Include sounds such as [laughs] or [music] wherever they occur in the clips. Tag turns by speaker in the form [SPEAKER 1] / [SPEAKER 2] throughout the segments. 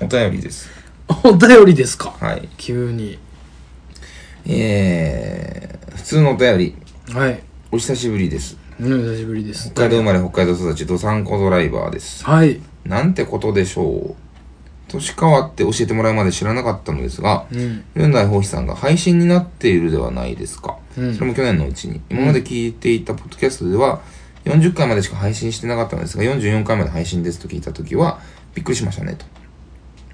[SPEAKER 1] お便りです。
[SPEAKER 2] お便りですか
[SPEAKER 1] はい。
[SPEAKER 2] 急に。
[SPEAKER 1] えー、普通のお便り。
[SPEAKER 2] はい。
[SPEAKER 1] お久しぶりです。
[SPEAKER 2] うん、久しぶりです。
[SPEAKER 1] 北海道生まれ、北海道育ち、ドサンコドライバーです。
[SPEAKER 2] はい。
[SPEAKER 1] なんてことでしょう。年変わって教えてもらうまで知らなかったのですが、
[SPEAKER 2] うん。
[SPEAKER 1] 現代法師さんが配信になっているではないですか。
[SPEAKER 2] うん
[SPEAKER 1] それも去年のうちに。今まで聞いていたポッドキャストでは、40回までしか配信してなかったのですが、44回まで配信ですと聞いたときは、びっくりしましたねと。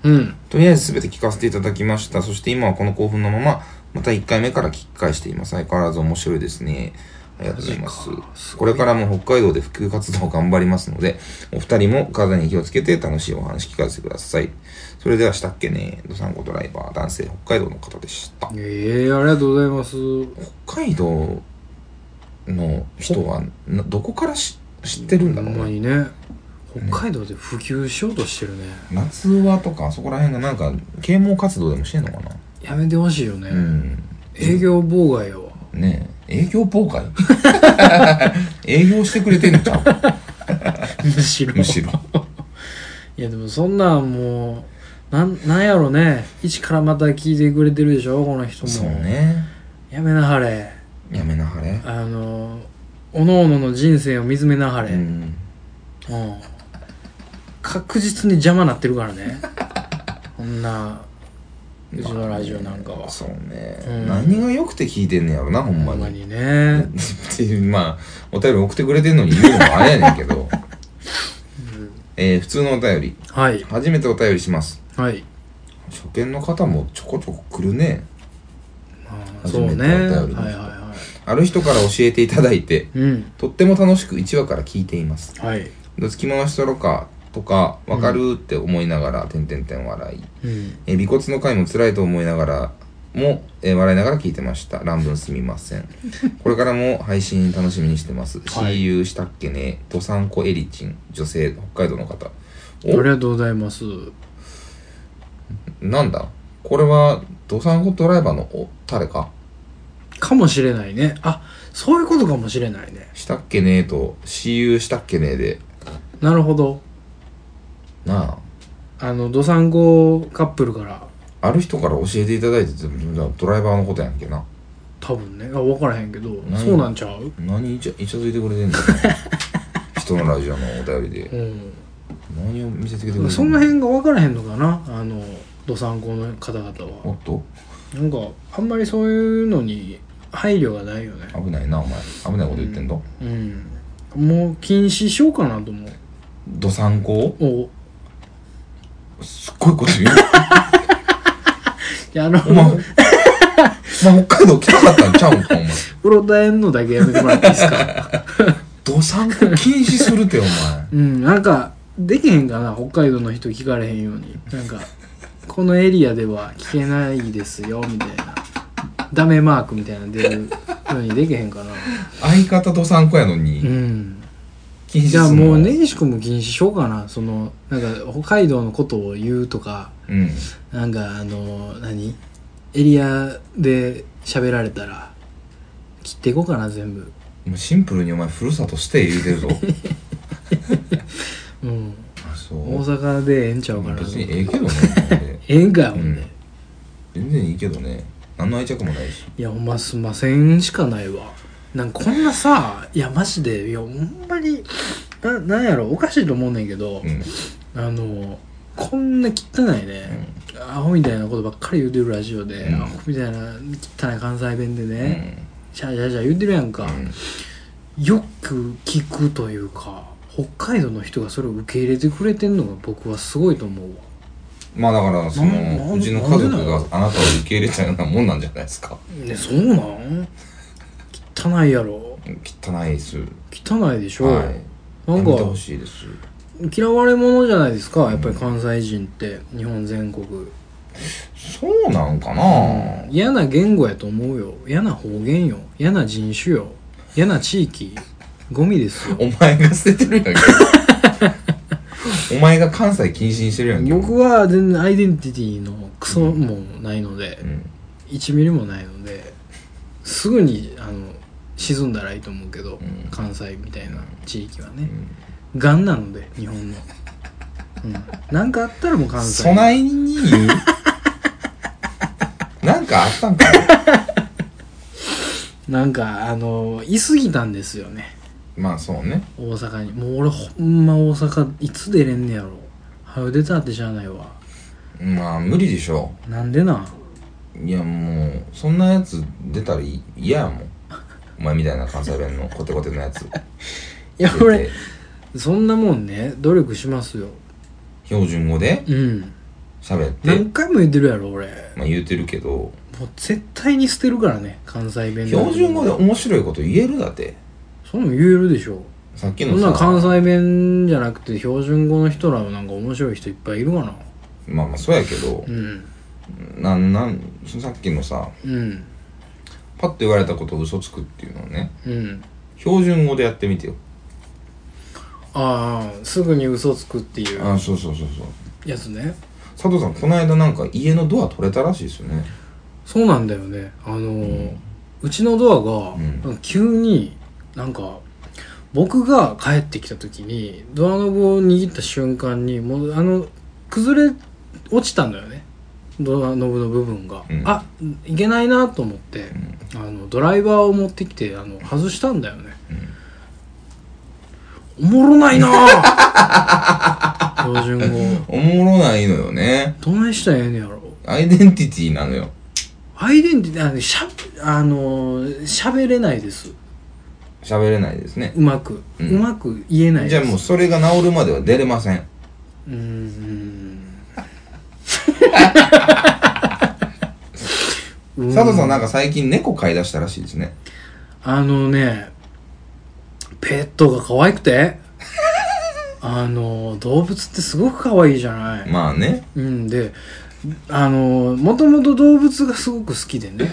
[SPEAKER 2] うん。
[SPEAKER 1] とりあえず全て聞かせていただきました。そして今はこの興奮のまま、また1回目から聞き返しています。相変わらず面白いですね。ありがとうございます。
[SPEAKER 2] マジかすご
[SPEAKER 1] これからも北海道で普及活動を頑張りますので、お二人も体に気をつけて楽しいお話聞かせてください。それではしたっけね、ドサンコドライバー、男性、北海道の方でした。
[SPEAKER 2] ええありがとうございます。
[SPEAKER 1] 北海道の人は、などこからし知ってるんだろ
[SPEAKER 2] ほ
[SPEAKER 1] うん
[SPEAKER 2] ま
[SPEAKER 1] な
[SPEAKER 2] にね。北海道で普及しようとしてるね。
[SPEAKER 1] 夏はとか、そこら辺がなんか、啓蒙活動でもしてんのかな
[SPEAKER 2] やめてほしいよね。
[SPEAKER 1] うん。
[SPEAKER 2] 営業妨害やわ。
[SPEAKER 1] ねえ営業妨害 [laughs] 営業してくれてんのちゃう
[SPEAKER 2] むしろ。
[SPEAKER 1] むしろ
[SPEAKER 2] いやでもそんなんもう、なん、なんやろね。一からまた聞いてくれてるでしょこの人も。
[SPEAKER 1] そう。ね
[SPEAKER 2] やめなはれ。
[SPEAKER 1] やめなはれ
[SPEAKER 2] あの、おのおのの人生を見つめなはれ。
[SPEAKER 1] うん
[SPEAKER 2] うん確実に邪魔なってるか
[SPEAKER 1] [laughs]
[SPEAKER 2] らねこんなうちのラジオなんかは
[SPEAKER 1] そう
[SPEAKER 2] う
[SPEAKER 1] ね
[SPEAKER 2] ん
[SPEAKER 1] 何が良くて聞いてんねやろなほん
[SPEAKER 2] ほ
[SPEAKER 1] ま
[SPEAKER 2] んま
[SPEAKER 1] に
[SPEAKER 2] にね
[SPEAKER 1] っていう [laughs] まあお便り送ってくれてんのに言うのもあれやねんけ
[SPEAKER 2] [laughs]
[SPEAKER 1] どえー普通のお便り
[SPEAKER 2] はい
[SPEAKER 1] 初めてお便りします
[SPEAKER 2] はい
[SPEAKER 1] 初見の方もちょこちょこ来るね
[SPEAKER 2] まあ
[SPEAKER 1] 初
[SPEAKER 2] そう
[SPEAKER 1] めて
[SPEAKER 2] ね
[SPEAKER 1] お
[SPEAKER 2] はい
[SPEAKER 1] 便りの人
[SPEAKER 2] はいは
[SPEAKER 1] ある人から教えていただいて
[SPEAKER 2] いうん
[SPEAKER 1] とっても楽しく1話から聞いています
[SPEAKER 2] はい
[SPEAKER 1] どつき回しとろかとか、わかるって思いながら、てんてんてん笑い。
[SPEAKER 2] うん
[SPEAKER 1] えー、尾骨の回も辛いと思いながら、も、えー笑いながら聞いてました。乱文すみませ
[SPEAKER 2] [laughs]
[SPEAKER 1] ん。これからも配信楽しみにしてます。
[SPEAKER 2] はい
[SPEAKER 1] CU したっけね、ドサンコエリチン、女性、北海道の方。
[SPEAKER 2] ありがとうございます
[SPEAKER 1] お、なんだこれは、ドサンコドライバーのお、誰か
[SPEAKER 2] かもしれないねあそういうことかもしれないね
[SPEAKER 1] したっけねと、CU したっけねで、
[SPEAKER 2] なるほど
[SPEAKER 1] な
[SPEAKER 2] あのどさんこカップルから
[SPEAKER 1] あ、ある人から教えていただいてて、ドライバーのことやんけな。
[SPEAKER 2] 多分ねあ分からへんけど
[SPEAKER 1] い
[SPEAKER 2] そうなんちゃう
[SPEAKER 1] 何イチャイチャついてくれてん
[SPEAKER 2] [laughs]
[SPEAKER 1] だよ人のラジオのお便りで
[SPEAKER 2] うん
[SPEAKER 1] 何を見せてくれてく
[SPEAKER 2] だか
[SPEAKER 1] れ
[SPEAKER 2] ら
[SPEAKER 1] て
[SPEAKER 2] その辺が分からへんのかなあのどさんこの方々は
[SPEAKER 1] おっと
[SPEAKER 2] なんかあんまりそういうのに配慮がないよね
[SPEAKER 1] 危ないなお前危ないこと言ってんの、
[SPEAKER 2] うんもう禁止しようかなと思う
[SPEAKER 1] どさんこ
[SPEAKER 2] お
[SPEAKER 1] すっごいこと言う
[SPEAKER 2] いやあの
[SPEAKER 1] お前お前北海道来たかったんちゃうんかお前
[SPEAKER 2] [laughs] うろたえんのだけやめてもらっていいですか
[SPEAKER 1] どさんこ禁止するってお前
[SPEAKER 2] うんなんかできへんかな北海道の人聞かれへんようになんかこのエリアでは聞けないですよみたいなダメマークみたいなの出るのにできへんかな
[SPEAKER 1] 相方どさんこやの
[SPEAKER 2] う
[SPEAKER 1] に
[SPEAKER 2] ん
[SPEAKER 1] 禁止す
[SPEAKER 2] じ
[SPEAKER 1] る
[SPEAKER 2] ゃ
[SPEAKER 1] の
[SPEAKER 2] あもう根岸君も禁止しようかなそのなんか北海道のことを言うとか
[SPEAKER 1] うん
[SPEAKER 2] なんかあの何エリアで喋られたら切っていこうかな全部
[SPEAKER 1] もうシンプルにお前ふるさとして言うて
[SPEAKER 2] [laughs]
[SPEAKER 1] るぞ
[SPEAKER 2] うん
[SPEAKER 1] あそう
[SPEAKER 2] 大阪でええんちゃうかな
[SPEAKER 1] 別にええけどねほんで
[SPEAKER 2] ええんかほ
[SPEAKER 1] うん
[SPEAKER 2] で、
[SPEAKER 1] ん全然いいけどね何の愛着もないし
[SPEAKER 2] いやほんますんませんしかないわなんかこんなさいやマジでいやほんまにななんやろおかしいと思うねんけど、
[SPEAKER 1] うん
[SPEAKER 2] あのこんな汚いね、アホみたいなことばっかり言うてるラジオで、
[SPEAKER 1] うん
[SPEAKER 2] アホみたいな汚い関西弁で
[SPEAKER 1] う
[SPEAKER 2] ね、
[SPEAKER 1] ん
[SPEAKER 2] シャーシャーシャー言うてるやんか、よく聞くというか北海道の人がそれを受け入れてくれてんのが僕はすごいと思うわ
[SPEAKER 1] まあだからそ
[SPEAKER 2] なんなん
[SPEAKER 1] のうちの家
[SPEAKER 2] なん
[SPEAKER 1] 族
[SPEAKER 2] でな
[SPEAKER 1] が
[SPEAKER 2] の
[SPEAKER 1] あなたを受け入れたようなもんなんじゃないですか
[SPEAKER 2] ねそうなん汚いやろ
[SPEAKER 1] 汚いです
[SPEAKER 2] 汚いでしょ、
[SPEAKER 1] はい
[SPEAKER 2] なん
[SPEAKER 1] や
[SPEAKER 2] か
[SPEAKER 1] めてほしいです
[SPEAKER 2] 嫌われ者じゃないですかやっぱり関西人って日本全国、
[SPEAKER 1] そうなんかな、
[SPEAKER 2] 嫌な言語やと思うよ嫌な方言よ嫌な人種よ嫌な地域ゴミですよ
[SPEAKER 1] お前が捨ててるやん
[SPEAKER 2] [laughs]
[SPEAKER 1] けお前が関西禁止にしてるやんけ
[SPEAKER 2] 僕は全然アイデンティティのクソもないので、
[SPEAKER 1] うん
[SPEAKER 2] 1ミリもないのですぐにあの沈んだらいいと思うけど、
[SPEAKER 1] ん
[SPEAKER 2] 関西みたいな地域はね
[SPEAKER 1] う、ん
[SPEAKER 2] がんなので日本の、なんかあったらもう関西
[SPEAKER 1] 備えに [laughs] なんかあったんかな
[SPEAKER 2] なんかあのい過ぎたんですよね
[SPEAKER 1] まあそうね
[SPEAKER 2] 大阪にもう俺ほんま大阪いつ出れんねやろはよ出たってしゃあないわ
[SPEAKER 1] まあ無理でしょ
[SPEAKER 2] なんでない
[SPEAKER 1] やもうそんなやつ出たらい嫌やもんお前みたいな関西弁のコテコテのやつ
[SPEAKER 2] いや
[SPEAKER 1] 出
[SPEAKER 2] 俺
[SPEAKER 1] て
[SPEAKER 2] そんなもんね努力しますよ
[SPEAKER 1] 標準語で
[SPEAKER 2] うん
[SPEAKER 1] 喋って、
[SPEAKER 2] 何回も言ってるやろ俺
[SPEAKER 1] まあ、言うてるけど
[SPEAKER 2] もう絶対に捨てるからね関西弁な
[SPEAKER 1] 標
[SPEAKER 2] んて
[SPEAKER 1] 準語で面白いこと言えるだって
[SPEAKER 2] そんなん言えるでしょ
[SPEAKER 1] さっき
[SPEAKER 2] そん
[SPEAKER 1] の
[SPEAKER 2] な
[SPEAKER 1] さ
[SPEAKER 2] ん関西弁じゃなくて標準語の人らもなんか面白い人いっぱいいるかな
[SPEAKER 1] まあまあそうやけど
[SPEAKER 2] う、ん
[SPEAKER 1] なんなんさっきのさ
[SPEAKER 2] うん
[SPEAKER 1] パッと言われたことを嘘つくっていうのをね
[SPEAKER 2] うん
[SPEAKER 1] 標準語でやってみてよ
[SPEAKER 2] ああすぐに嘘つくっていう
[SPEAKER 1] あそうそうそうそう
[SPEAKER 2] やつね
[SPEAKER 1] 佐藤さんこの間なんか家のドア取れたらしいですよね
[SPEAKER 2] そうなんだよねあのーうちのドアが
[SPEAKER 1] うん
[SPEAKER 2] なんか急になんか僕が帰ってきた時にドアノブを握った瞬間にもうあの崩れ落ちたんだよねドアノブの部分が、
[SPEAKER 1] うん
[SPEAKER 2] あいけないなと思って、
[SPEAKER 1] ん
[SPEAKER 2] あのドライバーを持ってきてあの外したんだよね、おもろないなぁ [laughs] 標準語
[SPEAKER 1] おもろないのよね
[SPEAKER 2] どないしたらええねやろ
[SPEAKER 1] アイデンティティなのよ
[SPEAKER 2] アイデンティティあのしゃあの喋れないです
[SPEAKER 1] 喋れないですね
[SPEAKER 2] うまく、う
[SPEAKER 1] うん
[SPEAKER 2] まく言えないです
[SPEAKER 1] じゃあもうそれが治るまでは出れません
[SPEAKER 2] うーんう
[SPEAKER 1] 佐藤さんなんか最近猫飼い出したらしいですね
[SPEAKER 2] あのねペットが可愛くてあの動物ってすごく可愛いじゃない、
[SPEAKER 1] まあね
[SPEAKER 2] うんであのもともと動物がすごく好きでね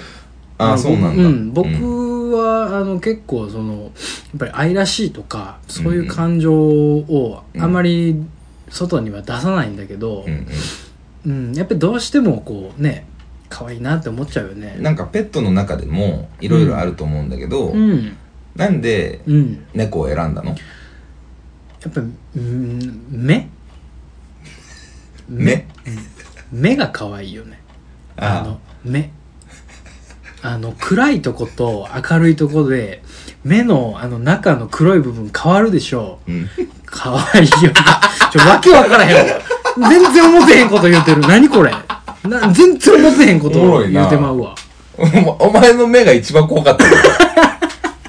[SPEAKER 1] ああ
[SPEAKER 2] の
[SPEAKER 1] そうなんだ
[SPEAKER 2] 僕
[SPEAKER 1] うん
[SPEAKER 2] は、あの結構そのやっぱり愛らしいとかそういう感情を
[SPEAKER 1] うん
[SPEAKER 2] あまり外には出さないんだけど
[SPEAKER 1] う、ん
[SPEAKER 2] うんやっぱりどうしてもこうね可愛いなって思っちゃうよ
[SPEAKER 1] うん
[SPEAKER 2] ね
[SPEAKER 1] なんかペットの中でもいろいろあると思うんだけど、
[SPEAKER 2] うん
[SPEAKER 1] なんで
[SPEAKER 2] うん
[SPEAKER 1] 猫を選んだの
[SPEAKER 2] やっぱりうん目
[SPEAKER 1] 目
[SPEAKER 2] 目が可愛いよねあ
[SPEAKER 1] あ
[SPEAKER 2] の目あの暗いとこと明るいとこで目のあの中の黒い部分変わるでしょう
[SPEAKER 1] うん
[SPEAKER 2] 可愛いよねちょわけわからへんわ全然思ってへんこと言うてる何これな全然思ってへんこと
[SPEAKER 1] おもろいな
[SPEAKER 2] 言うてまうわ
[SPEAKER 1] お前お前の目が一番怖か
[SPEAKER 2] [laughs]
[SPEAKER 1] ったよ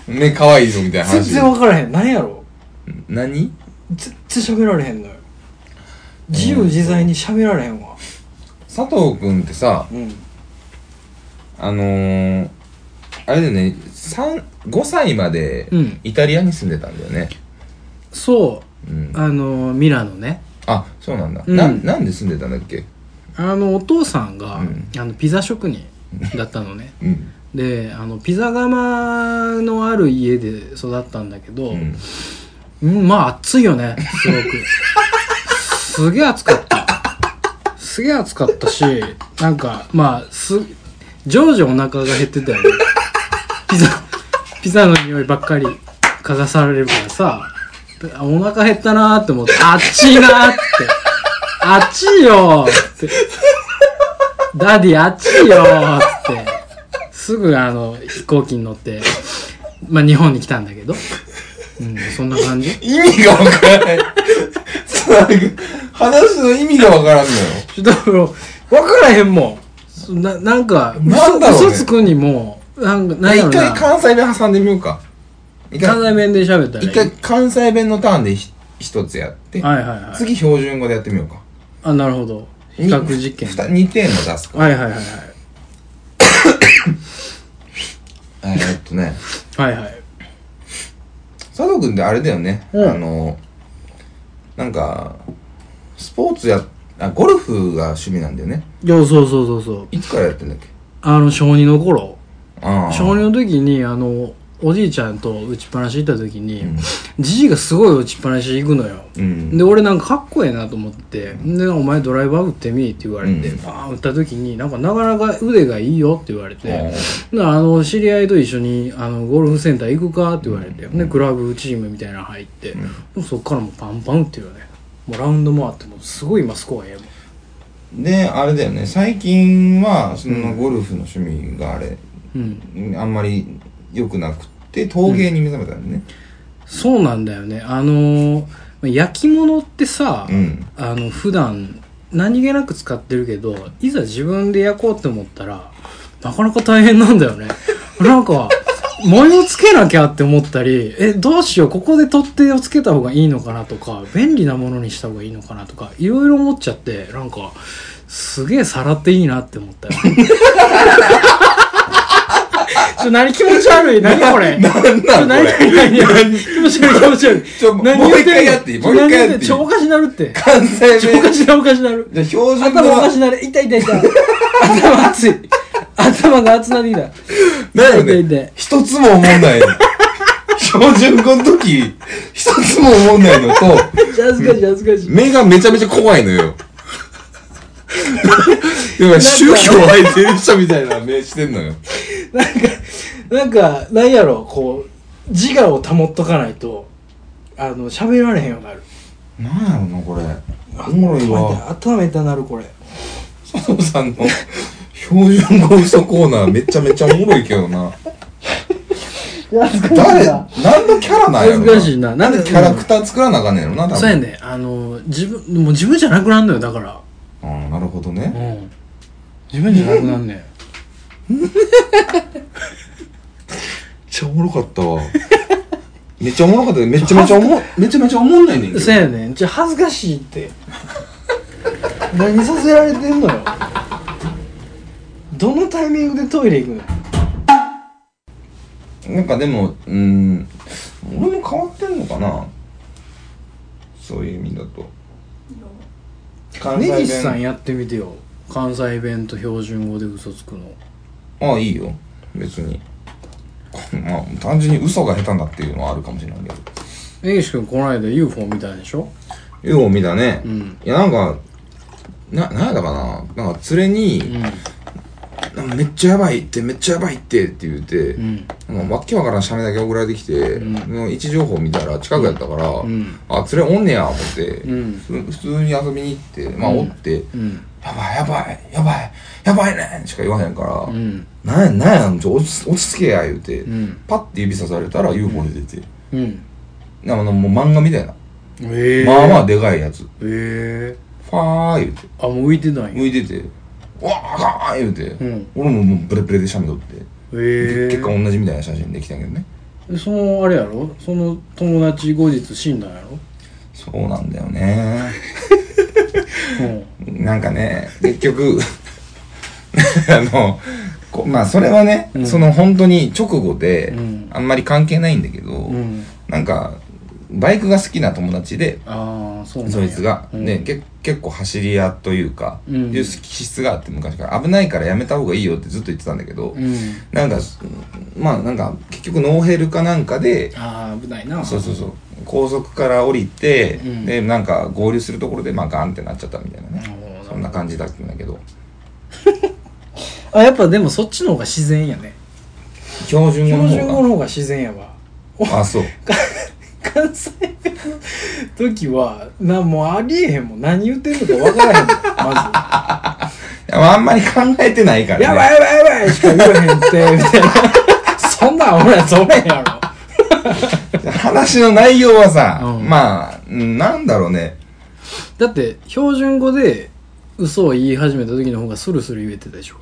[SPEAKER 1] 目可愛いぞみたいな
[SPEAKER 2] 全
[SPEAKER 1] 話
[SPEAKER 2] 然わからへん何やろ
[SPEAKER 1] 何
[SPEAKER 2] 全然喋られへんのよ自由自在に喋られへんわ
[SPEAKER 1] 佐藤君ってさ
[SPEAKER 2] うん
[SPEAKER 1] あのー、あれだよね三5歳まで
[SPEAKER 2] うん
[SPEAKER 1] イタリアに住んでたんだよね、
[SPEAKER 2] そう
[SPEAKER 1] うん、
[SPEAKER 2] あのミラノね
[SPEAKER 1] あそうなんだ、
[SPEAKER 2] うん
[SPEAKER 1] ななんで住んでたんだっけ
[SPEAKER 2] あのお父さんが、
[SPEAKER 1] うん
[SPEAKER 2] あのピザ職人だったのね
[SPEAKER 1] うん、
[SPEAKER 2] であのピザ窯のある家で育ったんだけど、
[SPEAKER 1] うん、
[SPEAKER 2] うん、まあ暑いよねす
[SPEAKER 1] [laughs]
[SPEAKER 2] ごくすげえ暑かったすげえ暑かったしなんかまあす常時お腹が減ってたよねピザピザの匂いばっかり嗅がされるからさあお腹減ったなーって思ってあっちいなーってあっちいよーってダディあっちいよーってすぐあの飛行機に乗ってまあ日本に来たんだけどうんそんな感じ
[SPEAKER 1] 意味がわからない [laughs] 話の意味がわからんのよ
[SPEAKER 2] だから、わからへんもん。そな、なんか、
[SPEAKER 1] なんだろうね
[SPEAKER 2] 嘘つくにも、なんか、ないよ
[SPEAKER 1] 一
[SPEAKER 2] な
[SPEAKER 1] 回。関西弁挟んでみようか一
[SPEAKER 2] 関
[SPEAKER 1] 回
[SPEAKER 2] 西弁で喋ったらいい。
[SPEAKER 1] 一回関西弁のターンでひ一つやって、
[SPEAKER 2] はいはいはい。
[SPEAKER 1] 次標準語でやってみようか
[SPEAKER 2] あ、なるほど。比
[SPEAKER 1] に
[SPEAKER 2] 較実験。
[SPEAKER 1] 二二点を出すか
[SPEAKER 2] はいはいはいはい。
[SPEAKER 1] えーっとね
[SPEAKER 2] はいはい。
[SPEAKER 1] 佐藤君ってあれだよね、
[SPEAKER 2] うん
[SPEAKER 1] あのなんかスポーツやあゴルフが趣味なんだよね
[SPEAKER 2] いや、そうそうそうそう。
[SPEAKER 1] いつからやってんだっけ
[SPEAKER 2] あの、小2の頃。
[SPEAKER 1] ああ
[SPEAKER 2] 小2の時に、あの、おじいちゃんと打ちっぱなし行った時に
[SPEAKER 1] うん、
[SPEAKER 2] じじいがすごい打ちっぱなし行くのよ。
[SPEAKER 1] うん
[SPEAKER 2] で俺なんかかっこええなと思って「でお前ドライバー打ってみ」って言われて、
[SPEAKER 1] うん
[SPEAKER 2] バーン打った時になんかなかなか腕がいいよって言われて、
[SPEAKER 1] あ
[SPEAKER 2] であの知り合いと一緒にあのゴルフセンター行くかって言われて、でクラブチームみたいなの入って、そっからもうパンパン打ってるよねもうラウンドもあってもうすごい今スコアええもん
[SPEAKER 1] であれだよね最近はそ
[SPEAKER 2] うん
[SPEAKER 1] のゴルフの趣味があれ、
[SPEAKER 2] うん
[SPEAKER 1] あんまり良くなくって陶芸に目覚めたんだよね
[SPEAKER 2] そうなんだよねあのー焼き物ってさ、
[SPEAKER 1] うん
[SPEAKER 2] あの普段何気なく使ってるけどいざ自分で焼こうって思ったらなかなか大変なんだよねなんか模様つけなきゃって思ったりえどうしようここで取っ手をつけた方がいいのかなとか便利なものにした方がいいのかなとかいろいろ思っちゃってなんかすげえさらっていいなって思ったよちょ何気持ち悪い何これ
[SPEAKER 1] なん
[SPEAKER 2] ちょ
[SPEAKER 1] なんこ
[SPEAKER 2] 何
[SPEAKER 1] れ
[SPEAKER 2] 何何何気持ち悪い気持ち悪い
[SPEAKER 1] ちょもう
[SPEAKER 2] 何言
[SPEAKER 1] 一回
[SPEAKER 2] んの
[SPEAKER 1] やっていいもう一回やっていい
[SPEAKER 2] ちょおかしなるって
[SPEAKER 1] 関西
[SPEAKER 2] ちょお
[SPEAKER 1] 弁
[SPEAKER 2] かしなるおかしなる
[SPEAKER 1] じゃあ標準語
[SPEAKER 2] 頭おか
[SPEAKER 1] は
[SPEAKER 2] しなる痛い痛い痛い頭熱い頭が熱なりだ
[SPEAKER 1] だよ
[SPEAKER 2] 痛い
[SPEAKER 1] ね
[SPEAKER 2] 痛い
[SPEAKER 1] 一つも思んないの標準語の時一つも思んないのと
[SPEAKER 2] 痛い恥ずかしい恥ずかしい
[SPEAKER 1] 目がめちゃめちゃ怖いのよでも宗教入ってる人みたいな目してんのよ
[SPEAKER 2] なんかなんやろこう自我を保っとかないとあの喋られへんようになる
[SPEAKER 1] なんやろなこれおもろいわ
[SPEAKER 2] 頭痛なるこれ
[SPEAKER 1] 佐藤さんの標準語嘘コーナーめちゃめちゃおもろいけどな
[SPEAKER 2] 恥ずかし
[SPEAKER 1] 誰
[SPEAKER 2] いな
[SPEAKER 1] 何のキャラなんやろ
[SPEAKER 2] 恥ずかしいな
[SPEAKER 1] な
[SPEAKER 2] なんん
[SPEAKER 1] で
[SPEAKER 2] で
[SPEAKER 1] キャラクター作らなあかんねやろな多分
[SPEAKER 2] そうやねあの自分もう自分じゃなくなんのよだから
[SPEAKER 1] あーなるほどね
[SPEAKER 2] うん自分じゃなくなんねん
[SPEAKER 1] めっちゃおもろかったわめっちゃおもろかったけどめっちゃめちゃおもめちゃめちゃおもんないねんけど
[SPEAKER 2] そうやねんじゃあ恥ずかしいって [laughs] 何させられてんのよどのタイミングでトイレ行くの
[SPEAKER 1] なんかでもうん俺も変わってんのかなそういう意味だと関西
[SPEAKER 2] 根
[SPEAKER 1] 弁
[SPEAKER 2] 岸さんやってみてよ関西弁と標準語で嘘つくの
[SPEAKER 1] ああいいよ別にまあ単純に嘘が下手だっていうのはあるかもしれないけど
[SPEAKER 2] 根岸君この間 UFO 見たでしょ
[SPEAKER 1] よう見たね、
[SPEAKER 2] うん
[SPEAKER 1] いやなんかななんやったかななんか連れに、
[SPEAKER 2] うん
[SPEAKER 1] なんかめっちゃやばいってめっちゃやばいってって言って、
[SPEAKER 2] うん
[SPEAKER 1] なんかわっけわからん写メだけ送られてきて、
[SPEAKER 2] う
[SPEAKER 1] の位置情報見たら近くやったから、
[SPEAKER 2] うん
[SPEAKER 1] あ連れおんねや思って、
[SPEAKER 2] うん
[SPEAKER 1] ふ普通に遊びに行ってまあ
[SPEAKER 2] うん
[SPEAKER 1] おって、
[SPEAKER 2] うん
[SPEAKER 1] やばいやばいやばいやばいねんしか言わへんから、
[SPEAKER 2] うん
[SPEAKER 1] なんやなんやちょ落ち落ち着けや言うて、
[SPEAKER 2] うん
[SPEAKER 1] パッて指さされたら UFO に出て、
[SPEAKER 2] うん
[SPEAKER 1] なんかもう漫画みたいな、
[SPEAKER 2] ええ
[SPEAKER 1] まあまあでかいやつフ
[SPEAKER 2] ええ
[SPEAKER 1] ァー言うて
[SPEAKER 2] あもう浮いてない
[SPEAKER 1] 向いてて「うわあかん!」言うて、
[SPEAKER 2] ん
[SPEAKER 1] 俺ももうブレブレで写メ撮って、
[SPEAKER 2] ええ
[SPEAKER 1] 結果同じみたいな写真できたけどね
[SPEAKER 2] そのあれやろその友達後日死んだんやろ
[SPEAKER 1] そうなんだよね
[SPEAKER 2] うん
[SPEAKER 1] なんかね、結局、 [laughs] あの、こまあそれはね、
[SPEAKER 2] うん
[SPEAKER 1] その本当に直後で、
[SPEAKER 2] うん
[SPEAKER 1] あんまり関係ないんだけど、
[SPEAKER 2] うん
[SPEAKER 1] なんか、バイクが好きな友達で、
[SPEAKER 2] ああそうなんや
[SPEAKER 1] そいつが、
[SPEAKER 2] うん
[SPEAKER 1] ね、け結構走り屋というか、
[SPEAKER 2] うん
[SPEAKER 1] いう気質があって昔から危ないからやめた方がいいよってずっと言ってたんだけど、
[SPEAKER 2] うん
[SPEAKER 1] なんか、まあなんか結局ノーヘルかなんかで、
[SPEAKER 2] ああ危ないな
[SPEAKER 1] そうそうそう、高速から降りて、
[SPEAKER 2] うん
[SPEAKER 1] で、なんか合流するところでまあガンってなっちゃったみたいなね。
[SPEAKER 2] う
[SPEAKER 1] そんな感じだったんだけど
[SPEAKER 2] あやっぱでもそっちの方が自然やね
[SPEAKER 1] 標準語
[SPEAKER 2] 標
[SPEAKER 1] の
[SPEAKER 2] 準語
[SPEAKER 1] 方
[SPEAKER 2] の方が自然やわ
[SPEAKER 1] があそう
[SPEAKER 2] 関西弁の時はなもうありえへんもん何言ってんのか分からへんもんま
[SPEAKER 1] あんまり考えてないからね
[SPEAKER 2] ず「やばいやばいやばい」しか言えへんってみたいなそんなん俺はそれやろ
[SPEAKER 1] 話の内容はさ、
[SPEAKER 2] うん
[SPEAKER 1] まあうんなんだろうね
[SPEAKER 2] だって標準語で嘘を言い始めた時の方がスルスル言えてたでしょ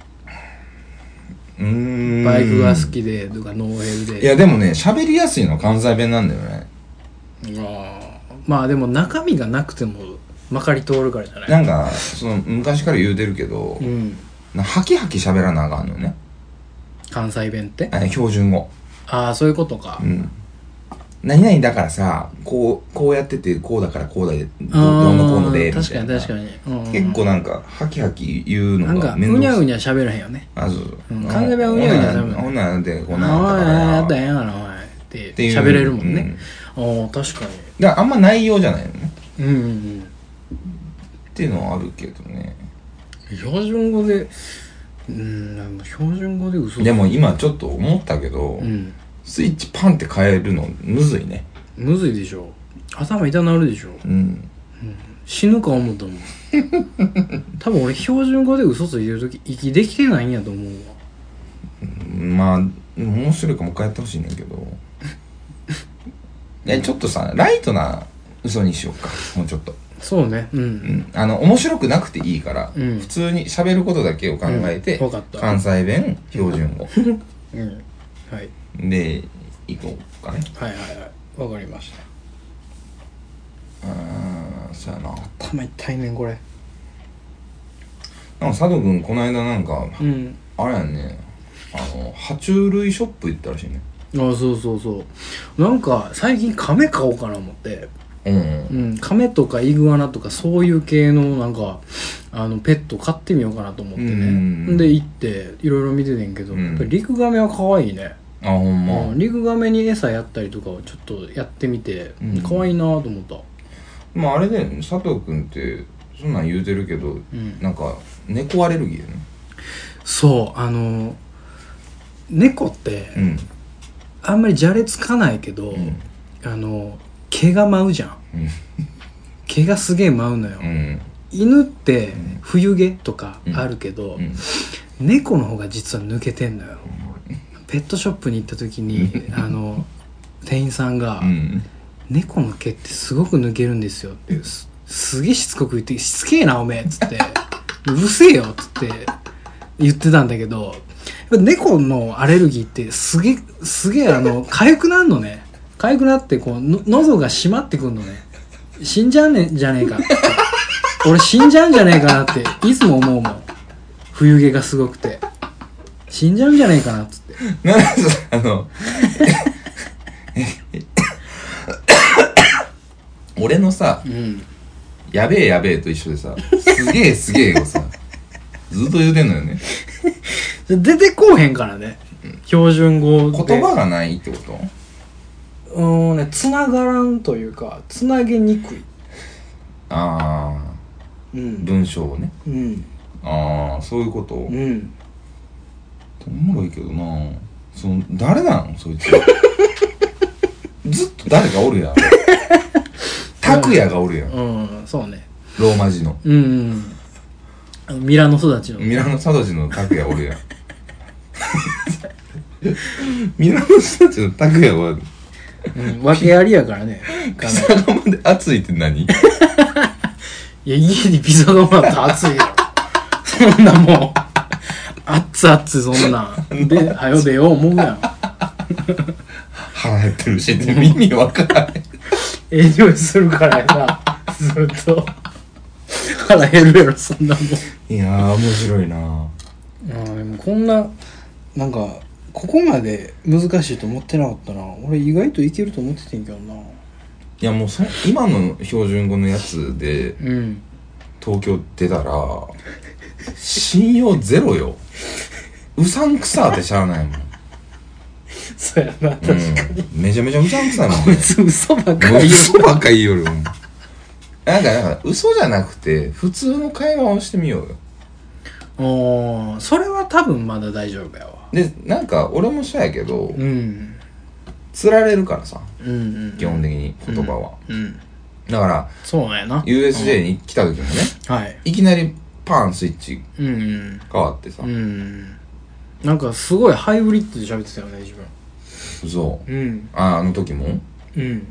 [SPEAKER 1] うーん
[SPEAKER 2] バイクが好きでとかノーヘル
[SPEAKER 1] い
[SPEAKER 2] で
[SPEAKER 1] やでもね喋りやすいのは関西弁なんだよね
[SPEAKER 2] あーまあでも中身がなくてもまかり通るからじゃない
[SPEAKER 1] なんかその昔から言うてるけど
[SPEAKER 2] う、ん
[SPEAKER 1] なハキハキ喋らなあかんのよね
[SPEAKER 2] 関西弁って
[SPEAKER 1] あ標準語
[SPEAKER 2] ああそういうことか
[SPEAKER 1] うん何々だからさこうこうやっててこうだからこうだでど
[SPEAKER 2] あー
[SPEAKER 1] どうのこうのでみたいな
[SPEAKER 2] 確かに確かに、うんうん
[SPEAKER 1] 結構なんかハキハキ言う
[SPEAKER 2] なん
[SPEAKER 1] の
[SPEAKER 2] か
[SPEAKER 1] が
[SPEAKER 2] う
[SPEAKER 1] 面倒
[SPEAKER 2] にゃう
[SPEAKER 1] に
[SPEAKER 2] にゃ喋らへんよね
[SPEAKER 1] あそうそう
[SPEAKER 2] うん完全にうにゃうにゃ喋る
[SPEAKER 1] ほんなんでこ
[SPEAKER 2] あ
[SPEAKER 1] うなん
[SPEAKER 2] あ
[SPEAKER 1] だ
[SPEAKER 2] ー
[SPEAKER 1] か
[SPEAKER 2] や
[SPEAKER 1] ら
[SPEAKER 2] ったらえ
[SPEAKER 1] っ
[SPEAKER 2] えやろおいって
[SPEAKER 1] ていう
[SPEAKER 2] 喋れるもん
[SPEAKER 1] う
[SPEAKER 2] ね、ああ確か
[SPEAKER 1] だからあんま内容じゃないのね
[SPEAKER 2] にうんうんうん
[SPEAKER 1] っていうのはあるけどね
[SPEAKER 2] 標準語でうんなんか標準語で嘘つく
[SPEAKER 1] でも今ちょっと思ったけど、
[SPEAKER 2] うん
[SPEAKER 1] スイッチパンって変えるのむずいね
[SPEAKER 2] むずいでしょ頭痛なるでしょ
[SPEAKER 1] うん
[SPEAKER 2] 死ぬか思 [laughs] ったもん多分俺標準語で嘘ついてる時息できてないんやと思うわ
[SPEAKER 1] まあ面白いからもう一回やってほしいねん
[SPEAKER 2] [laughs]
[SPEAKER 1] けどえちょっとさライトな嘘にしようかもうちょっと、
[SPEAKER 2] そうねう
[SPEAKER 1] うんん、あの面白くなくていいから、
[SPEAKER 2] うん
[SPEAKER 1] 普通に喋ることだけを考えて、
[SPEAKER 2] うんわかった
[SPEAKER 1] 関西弁標準語
[SPEAKER 2] うんはい
[SPEAKER 1] でいこうかね
[SPEAKER 2] はいはいはいわかりました
[SPEAKER 1] うーんそうやな
[SPEAKER 2] 頭痛いねんこれ
[SPEAKER 1] なんか佐藤君この間なんか
[SPEAKER 2] うん
[SPEAKER 1] あれやねあの爬虫類ショップ行ったらしいね
[SPEAKER 2] あそうそうそうなんか最近亀買おうかな思って
[SPEAKER 1] うん、
[SPEAKER 2] うん、カメとかイグアナとかそういう系のなんかあのペット飼ってみようかなと思って
[SPEAKER 1] う
[SPEAKER 2] ね、
[SPEAKER 1] ん
[SPEAKER 2] で行っていろいろ見ててんけど、
[SPEAKER 1] うん
[SPEAKER 2] やっぱりリクガメは可愛いね、
[SPEAKER 1] あほんま、
[SPEAKER 2] うん、リクガメに餌やったりとかをちょっとやってみて、
[SPEAKER 1] うん
[SPEAKER 2] 可愛いなと思った
[SPEAKER 1] まああれだよね佐藤君ってそんなん言うてるけど、
[SPEAKER 2] ん
[SPEAKER 1] なんか猫アレルギーやね
[SPEAKER 2] そうあの猫って
[SPEAKER 1] うん
[SPEAKER 2] あんまりじゃれつかないけど、
[SPEAKER 1] うん
[SPEAKER 2] あの毛が舞うじゃん
[SPEAKER 1] うん
[SPEAKER 2] 毛がすげえ舞うのよ、
[SPEAKER 1] うん
[SPEAKER 2] 犬って冬毛とかあるけど、
[SPEAKER 1] うん
[SPEAKER 2] 猫の方が実は抜けてんのよペットショップに行った時 [laughs] にあの店員さんが
[SPEAKER 1] う
[SPEAKER 2] 「
[SPEAKER 1] ん
[SPEAKER 2] 猫の毛ってすごく抜けるんですよ」ってすすげえしつこく言って「しつけえなおめえ」っつって [laughs] 「うるせえよ」っつって言ってたんだけどやっぱ猫のアレルギーってすげえすげえあの痒くなるのね痒くなってこうの喉が締まってくんのね死んじゃうねんじゃねえかって俺死んじゃうんじゃねえかなっていつも思うもん冬毛がすごくて死んじゃうんじゃねえかなっつって
[SPEAKER 1] なんかさあの俺のさ
[SPEAKER 2] うん
[SPEAKER 1] 「やべえやべえ」と一緒でさ「すげえすげえ」をさずっと言うてんのよね
[SPEAKER 2] で出てこうへんからね、標準語で
[SPEAKER 1] 言葉がないってこと
[SPEAKER 2] うーんねつながらんというかつなげにくい
[SPEAKER 1] ああ
[SPEAKER 2] うん
[SPEAKER 1] 文章をね
[SPEAKER 2] うん
[SPEAKER 1] ああそういうことお
[SPEAKER 2] うん
[SPEAKER 1] もろいけどなその誰なのそいつ [laughs] ずっと誰かおるやん拓也がおるやん
[SPEAKER 2] うんそうね
[SPEAKER 1] ローマ字の
[SPEAKER 2] うんうんあのミラノ育ちの
[SPEAKER 1] ミラノサトシの拓也おるやん [laughs] ミラノサトシの拓也は
[SPEAKER 2] うん訳ありやからねかな
[SPEAKER 1] 草釜で熱いって何
[SPEAKER 2] いや家にピザがもらったら熱いよそんなもう熱々そんなんではよ出よう思うやん
[SPEAKER 1] 腹減ってるしって意味わからない
[SPEAKER 2] 営業するからやなずっと腹減るやろそんなもん
[SPEAKER 1] いやー面白いな
[SPEAKER 2] あーでもこんななんかここまで難しいと思ってなかったな俺意外といけると思っててんけどない
[SPEAKER 1] やもうそ今の標準語のやつで
[SPEAKER 2] うん
[SPEAKER 1] 東京出たら信用ゼロようさんくさってしゃあないもん、
[SPEAKER 2] そうやな確
[SPEAKER 1] うん、めちゃめちゃうさんくさいもんね
[SPEAKER 2] つ嘘ばっ
[SPEAKER 1] もう嘘ばっか言いよるもんなんかなんか嘘じゃなくて普通の会話をしてみようよ
[SPEAKER 2] おーそれは多分まだ大丈夫やわ
[SPEAKER 1] でなんか俺もそうやけど
[SPEAKER 2] うん
[SPEAKER 1] つられるからさ
[SPEAKER 2] うんうん
[SPEAKER 1] 基本的に言葉は、
[SPEAKER 2] うん
[SPEAKER 1] だから
[SPEAKER 2] そうやな
[SPEAKER 1] USJ に来た時もね
[SPEAKER 2] はい
[SPEAKER 1] いきなりパーンスイッチ
[SPEAKER 2] うんうん
[SPEAKER 1] 変わってさ、
[SPEAKER 2] うんなんかすごいハイブリッドで喋ってたよね自分
[SPEAKER 1] そう
[SPEAKER 2] うん
[SPEAKER 1] ああの時も
[SPEAKER 2] うん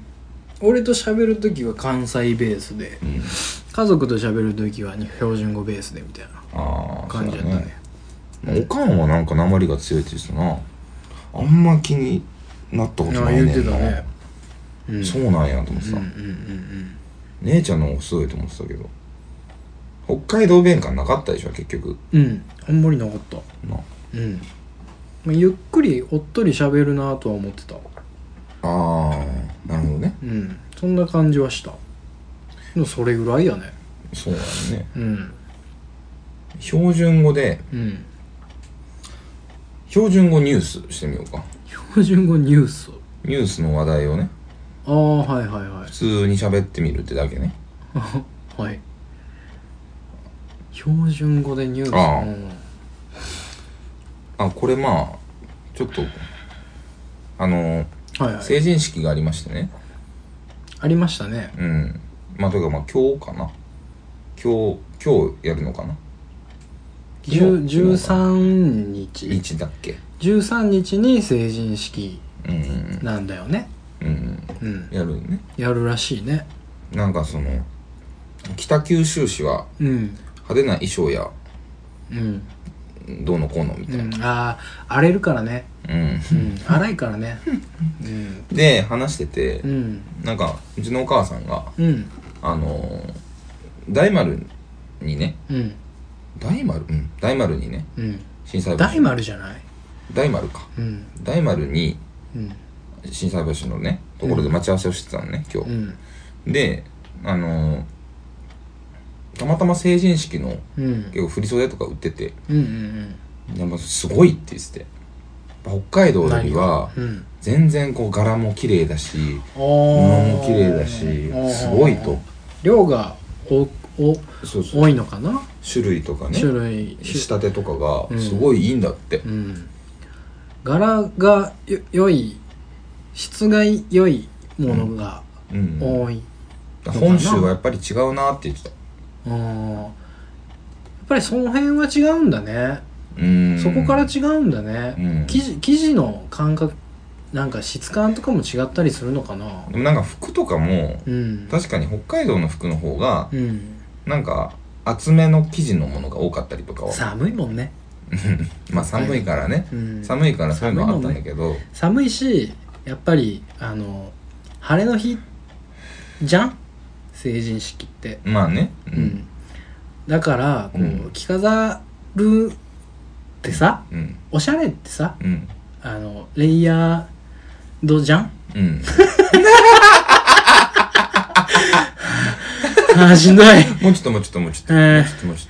[SPEAKER 2] 俺と喋る時は関西ベースで
[SPEAKER 1] うん
[SPEAKER 2] 家族と喋る時は標準語ベースでみたいな
[SPEAKER 1] ああ
[SPEAKER 2] 感じやったね
[SPEAKER 1] まあおかんはなんか鉛が強いって言ってたなあんま気になったこと
[SPEAKER 2] あ
[SPEAKER 1] ない
[SPEAKER 2] 言
[SPEAKER 1] ねん
[SPEAKER 2] っ
[SPEAKER 1] な
[SPEAKER 2] てたねうん
[SPEAKER 1] そうなんやと思って
[SPEAKER 2] うん
[SPEAKER 1] さ、
[SPEAKER 2] うんうん
[SPEAKER 1] 姉ちゃんの方がすごいと思ってたけど北海道弁感なかったでしょ結局
[SPEAKER 2] うんうんあんまりなかった
[SPEAKER 1] な
[SPEAKER 2] うんまあゆっくりおっとり喋るなとは思ってた
[SPEAKER 1] ああなるほどね
[SPEAKER 2] うんそんな感じはしたでもそれぐらいやね
[SPEAKER 1] そうなんだね
[SPEAKER 2] うん
[SPEAKER 1] 標準語で
[SPEAKER 2] うん
[SPEAKER 1] 標準語ニュースしてみようか
[SPEAKER 2] 標準語ニュース
[SPEAKER 1] ニュースの話題をね
[SPEAKER 2] ああはいはいは
[SPEAKER 1] 普通に喋ってみるってだけね
[SPEAKER 2] いはい標準語でニュース
[SPEAKER 1] ああ
[SPEAKER 2] うん
[SPEAKER 1] あこれまあちょっとあの
[SPEAKER 2] はいはい
[SPEAKER 1] 成人式がありましてね
[SPEAKER 2] ありましたね
[SPEAKER 1] うんまあというかまあ今日かな今日今日やるのかな
[SPEAKER 2] 10
[SPEAKER 1] 昨
[SPEAKER 2] 13
[SPEAKER 1] 日
[SPEAKER 2] 日
[SPEAKER 1] 日だっけ
[SPEAKER 2] 13日に成人式
[SPEAKER 1] うんうん
[SPEAKER 2] なんだよね
[SPEAKER 1] うんうん
[SPEAKER 2] うん
[SPEAKER 1] やるよね
[SPEAKER 2] やるらしいね
[SPEAKER 1] なんかその北九州市は
[SPEAKER 2] うん
[SPEAKER 1] 派手な衣装や
[SPEAKER 2] うん、
[SPEAKER 1] どうのこうのみた
[SPEAKER 2] う
[SPEAKER 1] いな、
[SPEAKER 2] ん、ああ荒れるからね
[SPEAKER 1] うん
[SPEAKER 2] うん荒いからねうん
[SPEAKER 1] で話してて、
[SPEAKER 2] うん
[SPEAKER 1] なんかうちのお母さんが
[SPEAKER 2] うん
[SPEAKER 1] あのー大丸にね
[SPEAKER 2] うん
[SPEAKER 1] 大丸うん大丸にね
[SPEAKER 2] うん
[SPEAKER 1] 震災橋
[SPEAKER 2] 大丸じゃない
[SPEAKER 1] 大丸か
[SPEAKER 2] うん
[SPEAKER 1] 大丸に
[SPEAKER 2] うん
[SPEAKER 1] 震災橋のねところで待ち合わせをしてたのね今
[SPEAKER 2] う
[SPEAKER 1] 日、
[SPEAKER 2] ん
[SPEAKER 1] であのーたまたま成人式の
[SPEAKER 2] うんうん
[SPEAKER 1] 結構振り袖とか売ってて
[SPEAKER 2] うん
[SPEAKER 1] でもすごいって言ってて北海道よりは
[SPEAKER 2] うんうん
[SPEAKER 1] 全然こう柄も綺麗だし
[SPEAKER 2] お
[SPEAKER 1] 布も綺麗だしすごいと
[SPEAKER 2] 量がおお
[SPEAKER 1] そうそう
[SPEAKER 2] 多いのかな
[SPEAKER 1] 種類とかね
[SPEAKER 2] 種類
[SPEAKER 1] 仕立てとか
[SPEAKER 2] う
[SPEAKER 1] が
[SPEAKER 2] ん
[SPEAKER 1] すごいいいんだって、
[SPEAKER 2] うん柄がよ良い質が良いものが
[SPEAKER 1] うん
[SPEAKER 2] 多い、
[SPEAKER 1] 本州はやっぱり違うなって言ってた
[SPEAKER 2] うん、やっぱりその辺は違うんだね、
[SPEAKER 1] うん
[SPEAKER 2] そこから違うんだね、
[SPEAKER 1] うん
[SPEAKER 2] 生地生地の感覚なんか質感とかも違ったりするのかな
[SPEAKER 1] でもなんか服とかも
[SPEAKER 2] うん
[SPEAKER 1] 確かに北海道の服の方が
[SPEAKER 2] うん
[SPEAKER 1] なんか厚めの生地のものが多かったりとかは
[SPEAKER 2] 寒いもんね、
[SPEAKER 1] [laughs] まあ寒いからね、
[SPEAKER 2] うん、
[SPEAKER 1] 寒いからそういうのはあったんだけど、
[SPEAKER 2] 寒いしやっぱりあの晴れの日じゃん成人式って、
[SPEAKER 1] まあねう
[SPEAKER 2] うんんだからこう、
[SPEAKER 1] うん
[SPEAKER 2] 着飾るってさ
[SPEAKER 1] うん
[SPEAKER 2] おしゃれってさ
[SPEAKER 1] うん
[SPEAKER 2] あのレイヤードじゃん
[SPEAKER 1] うん
[SPEAKER 2] あーしんどい
[SPEAKER 1] もうちょっともうちょっともうちょっと
[SPEAKER 2] え
[SPEAKER 1] も
[SPEAKER 2] ー
[SPEAKER 1] うちょっともうちょっ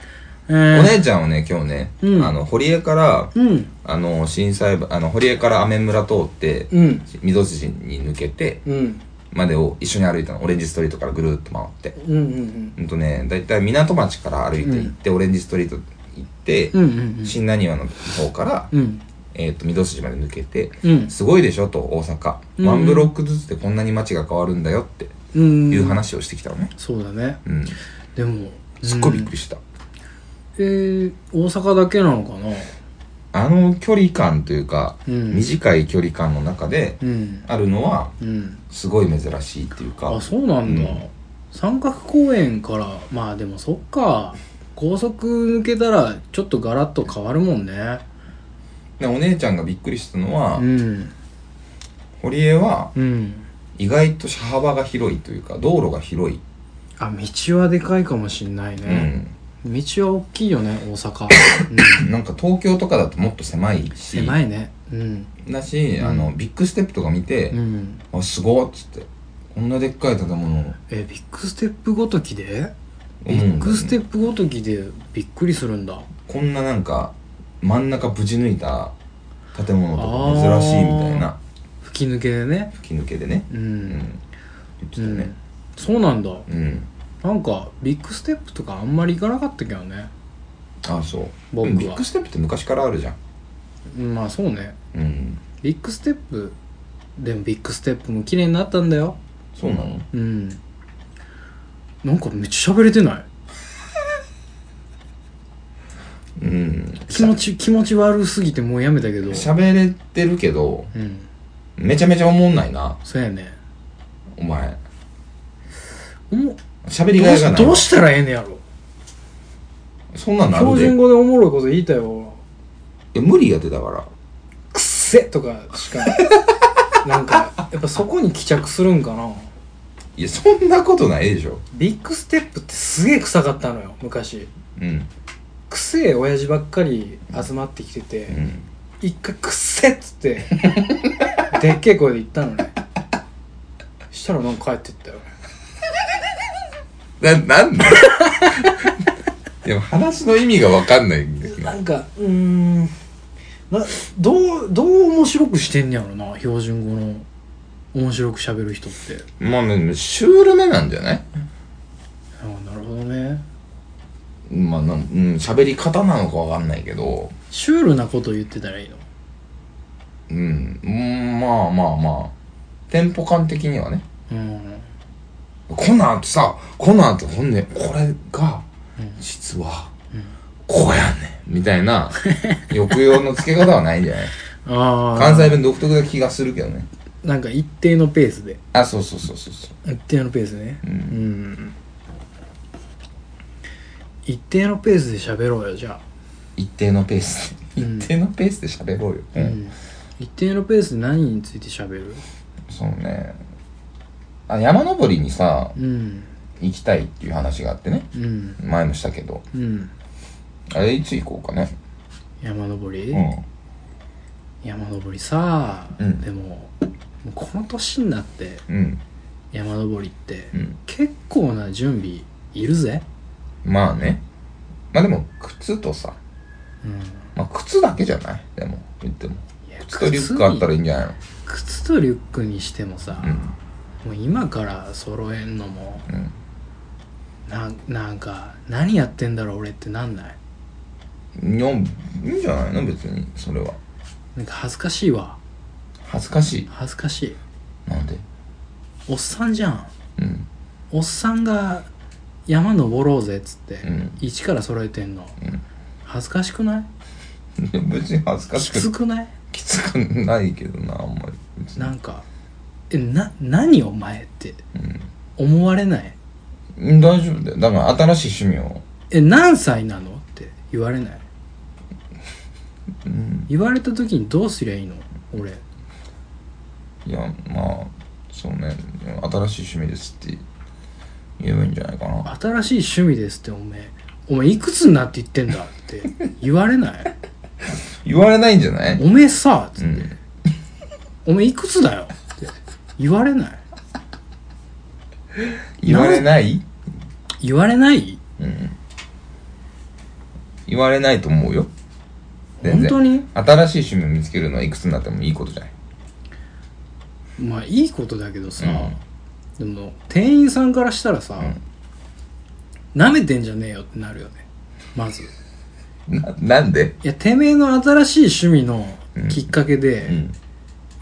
[SPEAKER 2] え
[SPEAKER 1] とお
[SPEAKER 2] ー
[SPEAKER 1] 姉ちゃんをね今日ね、
[SPEAKER 2] うん
[SPEAKER 1] あの堀江から
[SPEAKER 2] うん
[SPEAKER 1] あの震災あの堀江から雨村通って、
[SPEAKER 2] うん
[SPEAKER 1] 溝筋に抜けて
[SPEAKER 2] うん
[SPEAKER 1] までを一緒に歩いたのオレンジストリートからぐるーっと回って
[SPEAKER 2] うんうん
[SPEAKER 1] うんとねだいたい港町から歩いて行って、オレンジストリート行って、
[SPEAKER 2] うんうんうん
[SPEAKER 1] 新浪速の方から、
[SPEAKER 2] うん
[SPEAKER 1] えー、と御堂筋まで抜けて、
[SPEAKER 2] うん
[SPEAKER 1] すごいでしょと大阪、
[SPEAKER 2] うん
[SPEAKER 1] ワンブロックずつでこんなに街が変わるんだよって
[SPEAKER 2] うん
[SPEAKER 1] いう話をしてきたのね、
[SPEAKER 2] そうだね
[SPEAKER 1] うん、
[SPEAKER 2] でも
[SPEAKER 1] すっごいびっくりした、
[SPEAKER 2] えー、大阪だけなのかな
[SPEAKER 1] あの距離感というか、
[SPEAKER 2] うん
[SPEAKER 1] 短い距離感の中で
[SPEAKER 2] うん
[SPEAKER 1] あるのは
[SPEAKER 2] うん
[SPEAKER 1] すごい珍しいっていうか
[SPEAKER 2] あそうなんだ、
[SPEAKER 1] うん
[SPEAKER 2] 三角公園からまあでもそっか高速抜けたらちょっとガラッと変わるもんね
[SPEAKER 1] でお姉ちゃんがびっくりしたのは、
[SPEAKER 2] うん
[SPEAKER 1] 堀江は
[SPEAKER 2] うん
[SPEAKER 1] 意外と車幅が広いというか道路が広い、
[SPEAKER 2] あ道はでかいかもしんないね、道は大きいよね
[SPEAKER 1] [laughs]
[SPEAKER 2] 大阪、う、
[SPEAKER 1] うんん、なんか東京とかだともっと狭いし
[SPEAKER 2] 狭いねうん
[SPEAKER 1] だし、あのビッグステップとか見て、
[SPEAKER 2] うん
[SPEAKER 1] あすごっつってこんなでっかい建物
[SPEAKER 2] えビッグステップごときで
[SPEAKER 1] う
[SPEAKER 2] ビ
[SPEAKER 1] ん
[SPEAKER 2] ッグステップごときでびっくりするんだ、
[SPEAKER 1] こんななんか真ん中ぶち抜いた建物とか珍しいみたいな
[SPEAKER 2] 吹き抜けでね
[SPEAKER 1] 吹き抜けでね、
[SPEAKER 2] う
[SPEAKER 1] うん
[SPEAKER 2] ん、
[SPEAKER 1] 言って
[SPEAKER 2] う
[SPEAKER 1] たね
[SPEAKER 2] ん、そうなんだ
[SPEAKER 1] うん、
[SPEAKER 2] なんかビッグステップとかあんまり行かなかったけどね
[SPEAKER 1] ああそう
[SPEAKER 2] 僕は
[SPEAKER 1] でもビッグステップって昔からあるじゃん
[SPEAKER 2] うんまあそうね
[SPEAKER 1] うん
[SPEAKER 2] ビッグステップでもビッグステップも綺麗になったんだよ
[SPEAKER 1] そうなの
[SPEAKER 2] うんなんかめっちゃ喋れてな
[SPEAKER 1] う
[SPEAKER 2] い
[SPEAKER 1] ん
[SPEAKER 2] 気持ち気持ち悪すぎてもうやめたけど
[SPEAKER 1] 喋れてるけど
[SPEAKER 2] うん
[SPEAKER 1] めちゃめちゃ思んないな
[SPEAKER 2] そうやね
[SPEAKER 1] お前
[SPEAKER 2] おも
[SPEAKER 1] 喋り
[SPEAKER 2] ど
[SPEAKER 1] が
[SPEAKER 2] う
[SPEAKER 1] いが
[SPEAKER 2] し
[SPEAKER 1] ない
[SPEAKER 2] どうしたらええねやろ
[SPEAKER 1] そんなんなる
[SPEAKER 2] 標
[SPEAKER 1] で
[SPEAKER 2] 準語でおもろいこと言いたよ
[SPEAKER 1] いや無理やってだから
[SPEAKER 2] くっせとかしか [laughs] なんかやっぱそこに帰着するんかない
[SPEAKER 1] やそんなことないでしょ
[SPEAKER 2] ビッグステップってすげえ臭かったのよ昔
[SPEAKER 1] うん
[SPEAKER 2] くせえ親父ばっかり集まってきてて、
[SPEAKER 1] うん
[SPEAKER 2] 一回くっせっつって [laughs] でっけえ声で言ったのねしたらなんか帰ってったよ
[SPEAKER 1] な、なん [laughs] だでも話の意味がわかんないんだけど
[SPEAKER 2] なんかうーんなどうどう面白くしてんねやろな標準語の面白く喋る人って
[SPEAKER 1] まあね、シュールめなんじゃない
[SPEAKER 2] ああなるほどね
[SPEAKER 1] まあ、なんうん、喋り方なのかわかんないけど、
[SPEAKER 2] シュールなこと言ってたらいいの
[SPEAKER 1] うん、うんまあまあまあ、テンポ感的にはね。
[SPEAKER 2] うん
[SPEAKER 1] この後さ、この後、ほんで、これが、実は、こうやんねんみたいな抑揚のつけ方はないんじゃない
[SPEAKER 2] ああ
[SPEAKER 1] 関西弁独特な気がするけどね
[SPEAKER 2] なんか一定のペースで
[SPEAKER 1] あそうそうそうそうそう
[SPEAKER 2] 一定のペースね
[SPEAKER 1] う
[SPEAKER 2] うんん一定のペースで喋ろうよじゃ
[SPEAKER 1] 一定のペースで
[SPEAKER 2] うん
[SPEAKER 1] 一定のペースで喋ろうよ、
[SPEAKER 2] あ、
[SPEAKER 1] うん
[SPEAKER 2] うん一定のペースで何について喋る
[SPEAKER 1] そうねあ山登りにさ
[SPEAKER 2] うん
[SPEAKER 1] 行きたいっていう話があってね
[SPEAKER 2] うん
[SPEAKER 1] 前もしたけど
[SPEAKER 2] うん
[SPEAKER 1] あれいつ行こうかね
[SPEAKER 2] 山登り、
[SPEAKER 1] う
[SPEAKER 2] 山登りさあ、
[SPEAKER 1] うん
[SPEAKER 2] でももうこの年になって
[SPEAKER 1] んうん
[SPEAKER 2] 山登りって
[SPEAKER 1] うん
[SPEAKER 2] 結構な準備いるぜ
[SPEAKER 1] まあねまあでも靴とさ、
[SPEAKER 2] うん
[SPEAKER 1] まあ、靴だけじゃないでも言っても
[SPEAKER 2] いや
[SPEAKER 1] 靴とリュックあったらいいんじゃないの
[SPEAKER 2] 靴とリュックにしてもさ、
[SPEAKER 1] う
[SPEAKER 2] もう今から揃えんのも
[SPEAKER 1] んうん
[SPEAKER 2] ななんか何やってんだろう俺ってなんない
[SPEAKER 1] いやいいんじゃないの別にそれは
[SPEAKER 2] なんか恥ずかしいわ
[SPEAKER 1] 恥ずかしい
[SPEAKER 2] 恥ずかしい
[SPEAKER 1] なんで
[SPEAKER 2] おっさんじゃん
[SPEAKER 1] うん
[SPEAKER 2] おっさんが山登ろうぜっつって、
[SPEAKER 1] うん
[SPEAKER 2] 一から揃えてんの恥ずかしくない
[SPEAKER 1] いや別に恥ずか
[SPEAKER 2] き
[SPEAKER 1] し
[SPEAKER 2] つ
[SPEAKER 1] く
[SPEAKER 2] くない
[SPEAKER 1] きつくないけどなあんまり別に
[SPEAKER 2] なんかえな何お前って思われない
[SPEAKER 1] うん大丈夫だよだから新しい趣味を
[SPEAKER 2] え何歳なのって言われない
[SPEAKER 1] うん
[SPEAKER 2] 言われた時にどうすりゃいいの俺
[SPEAKER 1] いやまあそうね新しい趣味ですって言えばいいんじゃないかな
[SPEAKER 2] 新しい趣味ですっておめえお前いくつになって言ってんだって言われない
[SPEAKER 1] 言われないんじゃない
[SPEAKER 2] おめえさつっ
[SPEAKER 1] う
[SPEAKER 2] て、
[SPEAKER 1] ん
[SPEAKER 2] おめえいくつだよって言われない
[SPEAKER 1] 言われない
[SPEAKER 2] 言われない
[SPEAKER 1] うん言われないと思うよ全
[SPEAKER 2] 本
[SPEAKER 1] 然
[SPEAKER 2] 当に
[SPEAKER 1] 新しい趣味を見つけるのはいくつになってもいいことじゃない
[SPEAKER 2] まあいいことだけどさ、でも店員さんからしたらさ、舐めてんじゃねえよってなるよねまず
[SPEAKER 1] ななんで
[SPEAKER 2] いやてめえの新しい趣味のきっかけで、
[SPEAKER 1] うん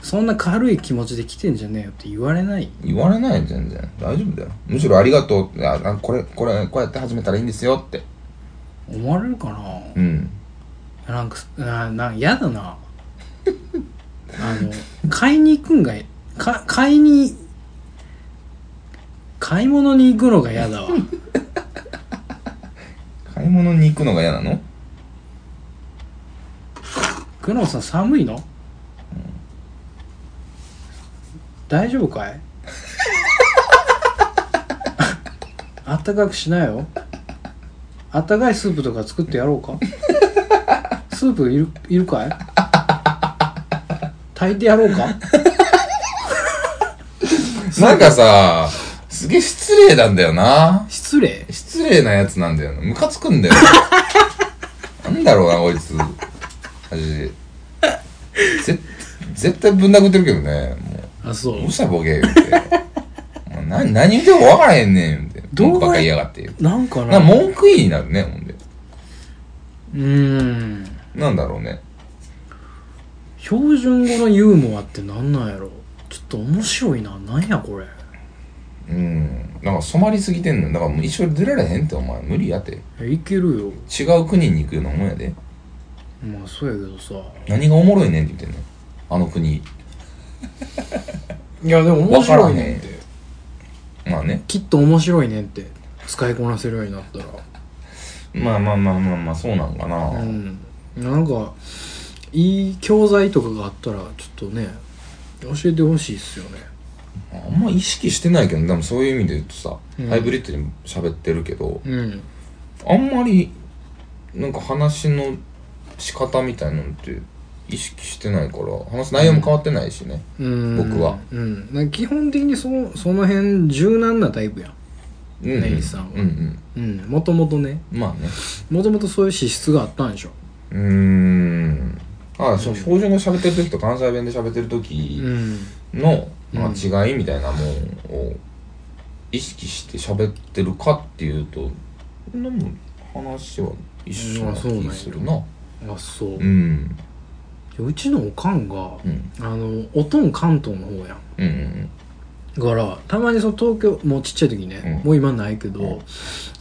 [SPEAKER 2] そんな軽い気持ちで来てんじゃねえよって言われない
[SPEAKER 1] 言われないよ全然大丈夫だよむしろありがとうってああこれこれこうやって始めたらいいんですよって
[SPEAKER 2] 思われるかな、
[SPEAKER 1] うん
[SPEAKER 2] なんかなな嫌だな [laughs] あの買いに行くんがか買いに買い物に行くのが嫌だわ
[SPEAKER 1] 買い物に行くのが嫌なの
[SPEAKER 2] 久能さん寒いの、大丈夫かい [laughs] あったかくしなよあったかいスープとか作ってやろうかスープいるいるかい炊いてやろうか
[SPEAKER 1] なんかさすげえ失礼なんだよな
[SPEAKER 2] 失礼
[SPEAKER 1] 失礼なやつなんだよなムカつくんだよ
[SPEAKER 2] [laughs]
[SPEAKER 1] なんだろうなこいつマジでぜ絶対ぶん殴ってるけどね
[SPEAKER 2] あそう
[SPEAKER 1] もうどうしたボケ言う
[SPEAKER 2] [laughs]
[SPEAKER 1] てもうな何言っても分からへんねん言うて
[SPEAKER 2] どう
[SPEAKER 1] 文句ばっか言いやがって
[SPEAKER 2] なんかな
[SPEAKER 1] な文句言いになるねほんで
[SPEAKER 2] うーん
[SPEAKER 1] なんだろうね
[SPEAKER 2] 標準語のユーモアってなんなんやろちょっと面白いななんやこれ
[SPEAKER 1] うんなんか染まりすぎてんのだからもう一緒に出られへんってお前無理やって
[SPEAKER 2] いやいけるよ
[SPEAKER 1] 違う国に行くようなもんやで
[SPEAKER 2] まあそうやけどさ
[SPEAKER 1] 何がおもろいねんって言ってんのあの国
[SPEAKER 2] いやでも面
[SPEAKER 1] わから
[SPEAKER 2] 白
[SPEAKER 1] へ
[SPEAKER 2] い
[SPEAKER 1] ん
[SPEAKER 2] ねんって
[SPEAKER 1] まあね
[SPEAKER 2] きっと面白いねんって使いこなせるようになったら
[SPEAKER 1] まあまあまあまあまあそうなんかな、
[SPEAKER 2] うんなんかいい教材とかがあったらちょっとね教えてほしいっすよね
[SPEAKER 1] あんま意識してないけどでもそういう意味で言うとさ、
[SPEAKER 2] うん
[SPEAKER 1] ハイブリッドにも喋ってるけど
[SPEAKER 2] うん
[SPEAKER 1] あんまりなんか話の仕方みたいなのって意識してないから話す内容も変わってないしね、
[SPEAKER 2] うん
[SPEAKER 1] 僕は
[SPEAKER 2] うんなんか基本的にそのその辺柔軟なタイプやん
[SPEAKER 1] うんうん
[SPEAKER 2] ネイさんは
[SPEAKER 1] うん
[SPEAKER 2] うんもともとね
[SPEAKER 1] うんまあね
[SPEAKER 2] もともとそういう資質があったんでしょ
[SPEAKER 1] うーんあそう標準語喋ってる時と関西弁で喋ってる時
[SPEAKER 2] うん
[SPEAKER 1] の、
[SPEAKER 2] うん
[SPEAKER 1] まあ、違いみたいなもんを意識して喋ってるかっていうとでも話は一緒な気がするな
[SPEAKER 2] あそう、
[SPEAKER 1] う
[SPEAKER 2] い
[SPEAKER 1] ん
[SPEAKER 2] やうちのおかんが、
[SPEAKER 1] うん
[SPEAKER 2] あのおとん関東の方やん
[SPEAKER 1] うんうん
[SPEAKER 2] からたまにその東京もうちっちゃい時ね、
[SPEAKER 1] うん
[SPEAKER 2] もう今ないけど、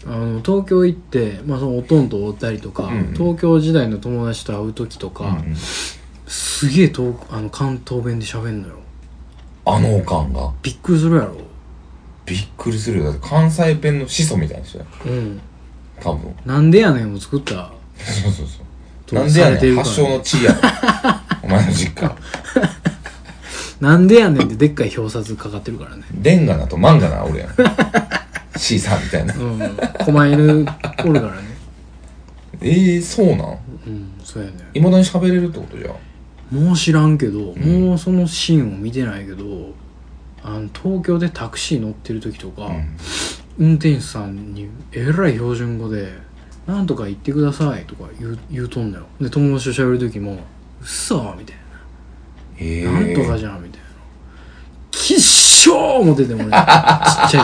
[SPEAKER 2] あの東京行って、まあ、そのおとんとおったりとか、
[SPEAKER 1] うん
[SPEAKER 2] 東京時代の友達と会う時とか、
[SPEAKER 1] うんうん
[SPEAKER 2] すげえ東あの関東弁で喋んのよ
[SPEAKER 1] あのおかんが
[SPEAKER 2] びっくりするやろ
[SPEAKER 1] びっくりするよだって関西弁の始祖みたいな人や
[SPEAKER 2] うん
[SPEAKER 1] 多分
[SPEAKER 2] なんでやねんを作った
[SPEAKER 1] そうそうそ
[SPEAKER 2] [laughs]
[SPEAKER 1] う
[SPEAKER 2] と
[SPEAKER 1] なんでや
[SPEAKER 2] されて
[SPEAKER 1] ね
[SPEAKER 2] る
[SPEAKER 1] ん [laughs]
[SPEAKER 2] から
[SPEAKER 1] 発祥の地やろお前の実家
[SPEAKER 2] なんでやねんってでっかい表札かかってるからね
[SPEAKER 1] レンガなとマンガな俺やん C さんみたいな
[SPEAKER 2] うん狛犬おるからね
[SPEAKER 1] ええそうなん
[SPEAKER 2] うんそうやね
[SPEAKER 1] いまだに喋れるってことじゃ
[SPEAKER 2] もう知らんけど、
[SPEAKER 1] ん
[SPEAKER 2] もうそのシーンを見てないけどあの東京でタクシー乗ってる時と
[SPEAKER 1] あ、
[SPEAKER 2] か、
[SPEAKER 1] うん
[SPEAKER 2] 運転手さんにえらい標準語で「なんとか言ってください」とか言う言うとんだよで友達と喋る時も「嘘みたい
[SPEAKER 1] ええ
[SPEAKER 2] な「なんとかじゃん」みたいな「きっしょー!」思っ
[SPEAKER 1] [laughs]
[SPEAKER 2] てても俺ちっちゃい時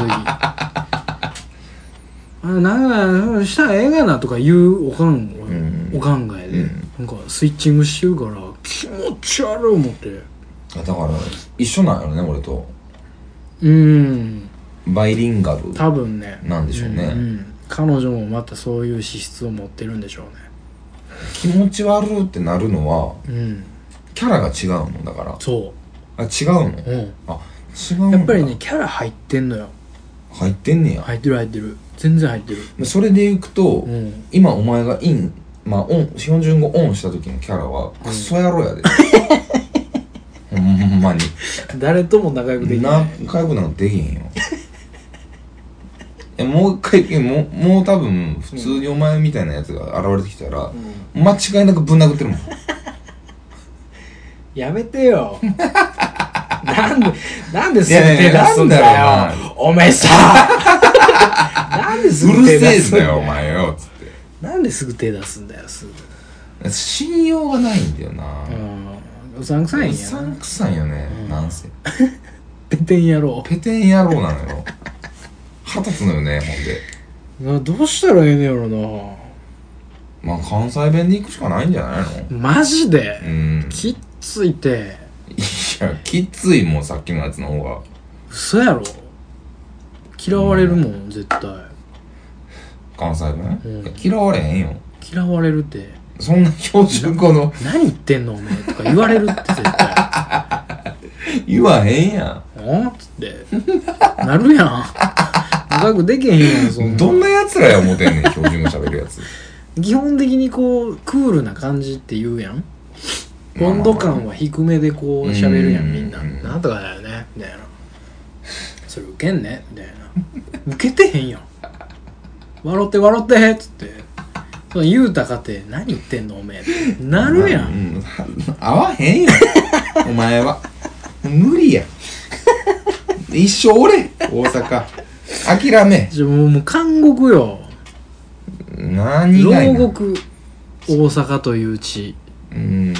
[SPEAKER 2] あなんかしたらええがなとか言うおかんを、
[SPEAKER 1] ん
[SPEAKER 2] お考えで、
[SPEAKER 1] うん
[SPEAKER 2] なんかスイッチングしてるから気持ち悪い思って
[SPEAKER 1] だから一緒なんやろね俺と
[SPEAKER 2] うん
[SPEAKER 1] バイリンガル
[SPEAKER 2] 多分ね
[SPEAKER 1] なんでしょうね
[SPEAKER 2] んん彼女もまたそういう資質を持ってるんでしょう
[SPEAKER 1] 気持ち悪ってなるのは
[SPEAKER 2] ねうん
[SPEAKER 1] キャラが違うのだから
[SPEAKER 2] そ
[SPEAKER 1] あ違うの
[SPEAKER 2] う、うん、
[SPEAKER 1] あ違うんだ
[SPEAKER 2] やっぱりねキャラ入ってんのよ
[SPEAKER 1] 入ってんねや、
[SPEAKER 2] 入ってる入ってる全然入ってる
[SPEAKER 1] それでいくと、
[SPEAKER 2] うん
[SPEAKER 1] 今お前がインまあオン標準語オンした時のキャラはクソ野郎やで、ほんまに
[SPEAKER 2] 誰とも仲良くできない
[SPEAKER 1] 仲良くなんかできへんよいやもう一回もうもう多分普通にお前みたいなやつが現れてきたら、
[SPEAKER 2] うん
[SPEAKER 1] 間違いなくぶん殴ってるもん
[SPEAKER 2] やめて
[SPEAKER 1] [laughs]
[SPEAKER 2] よなんでなんですぐ
[SPEAKER 1] いやいや
[SPEAKER 2] 手出すんだよ
[SPEAKER 1] なんだろう
[SPEAKER 2] お前さ
[SPEAKER 1] [laughs]
[SPEAKER 2] なんです
[SPEAKER 1] う
[SPEAKER 2] ぐ
[SPEAKER 1] る
[SPEAKER 2] 手
[SPEAKER 1] せ
[SPEAKER 2] 出
[SPEAKER 1] え
[SPEAKER 2] す
[SPEAKER 1] ん
[SPEAKER 2] んだ
[SPEAKER 1] だ
[SPEAKER 2] よ
[SPEAKER 1] よお前よつっ
[SPEAKER 2] なんですぐ手出すんだよすぐ
[SPEAKER 1] て信用がないんだよな、
[SPEAKER 2] うんうさんくさい
[SPEAKER 1] う
[SPEAKER 2] んや
[SPEAKER 1] さん
[SPEAKER 2] な
[SPEAKER 1] くさいよね、なんせ
[SPEAKER 2] ペテン野郎
[SPEAKER 1] ペテン野郎なのよ腹立つのよねほんで
[SPEAKER 2] などうしたらええねやろな
[SPEAKER 1] まあ関西弁で行くしかないんじゃないの
[SPEAKER 2] マジで、
[SPEAKER 1] うん
[SPEAKER 2] きっついて
[SPEAKER 1] いやきついもんさっきのやつの方が
[SPEAKER 2] 嘘やろ嫌われるもん絶対
[SPEAKER 1] 関西弁、
[SPEAKER 2] うん
[SPEAKER 1] いや嫌われへんよ
[SPEAKER 2] 嫌われるって
[SPEAKER 1] そんな標準語の
[SPEAKER 2] 何言ってんのお前とか言われるって絶対 [laughs]
[SPEAKER 1] 言わへんや
[SPEAKER 2] おっつってなるやん仲良くできへんやんそん
[SPEAKER 1] ん
[SPEAKER 2] な
[SPEAKER 1] どんなやつらや思てんねん標準語喋るやつ
[SPEAKER 2] 基本的にこうクールな感じって言うやん
[SPEAKER 1] まあまあ
[SPEAKER 2] 温度感は低めでこう喋るやんみんな
[SPEAKER 1] うん
[SPEAKER 2] なんとかだよねみたいなそれウケんねみたいなウケてへんやん笑って笑ってっつってその言うたかて何言ってんのおめえってなるや
[SPEAKER 1] うんん合わへん
[SPEAKER 2] [laughs]
[SPEAKER 1] やんお前は無理や一生おれ大阪諦め
[SPEAKER 2] じゃあもうもう監獄よ
[SPEAKER 1] 何がい
[SPEAKER 2] 牢
[SPEAKER 1] な
[SPEAKER 2] 獄大阪という地
[SPEAKER 1] うん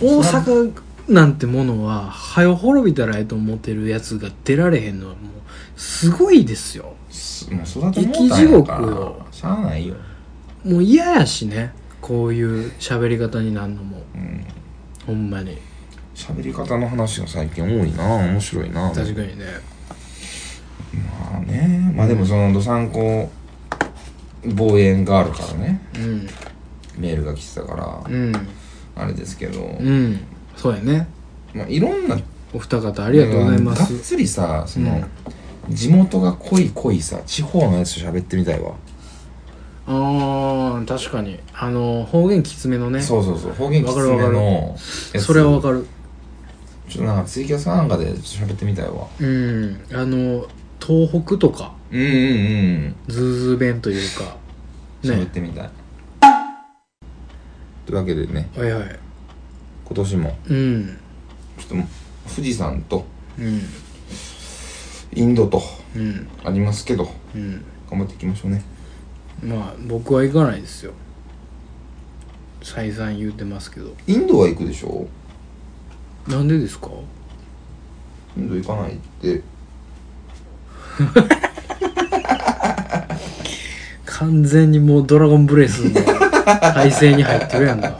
[SPEAKER 2] 大阪なんてものは早滅びたらええと思ってるやつが出られへんのはもうすごいですよ
[SPEAKER 1] すもう育てもうたんやから
[SPEAKER 2] 生き地獄よ
[SPEAKER 1] しゃあないよ、
[SPEAKER 2] もう嫌やしねこういう喋り方になるのも
[SPEAKER 1] うん、
[SPEAKER 2] ほんまに
[SPEAKER 1] 喋り方の話が最近多いな面白いな
[SPEAKER 2] 確かにね
[SPEAKER 1] まあねまあでもそのどさんこ防衛があるからね
[SPEAKER 2] うん
[SPEAKER 1] メールが来てたから
[SPEAKER 2] うん
[SPEAKER 1] あれですけど、
[SPEAKER 2] うんそうやね
[SPEAKER 1] まあ、いろんなあ
[SPEAKER 2] お二方ありがとうございま
[SPEAKER 1] がっ
[SPEAKER 2] す
[SPEAKER 1] つりさその、地元が濃い濃いさ地方のやつと喋ってみたいわ、
[SPEAKER 2] あー確かにあの方言きつめのねそ
[SPEAKER 1] そうそうそう方言きつめ
[SPEAKER 2] わかる
[SPEAKER 1] のやつ
[SPEAKER 2] れはわかる
[SPEAKER 1] ちょっとなんかツイキャスなんかで喋ってみたいわ
[SPEAKER 2] うんあの東北とか
[SPEAKER 1] うんうんうん
[SPEAKER 2] ズーズー弁というか
[SPEAKER 1] 喋っ
[SPEAKER 2] ね
[SPEAKER 1] てみたい、というわけでね
[SPEAKER 2] はいはい
[SPEAKER 1] 今年も
[SPEAKER 2] うん
[SPEAKER 1] ちょっと富士山と
[SPEAKER 2] うん
[SPEAKER 1] インドと
[SPEAKER 2] うん
[SPEAKER 1] ありますけど
[SPEAKER 2] うん
[SPEAKER 1] 頑張っていきましょうね
[SPEAKER 2] まあ僕は行かないですよ再三言うてますけど
[SPEAKER 1] インドは行くでしょ
[SPEAKER 2] なんでですか
[SPEAKER 1] インド行かないって
[SPEAKER 2] 完全にもうドラゴンブレスの [laughs] 体勢に入ってるやんか、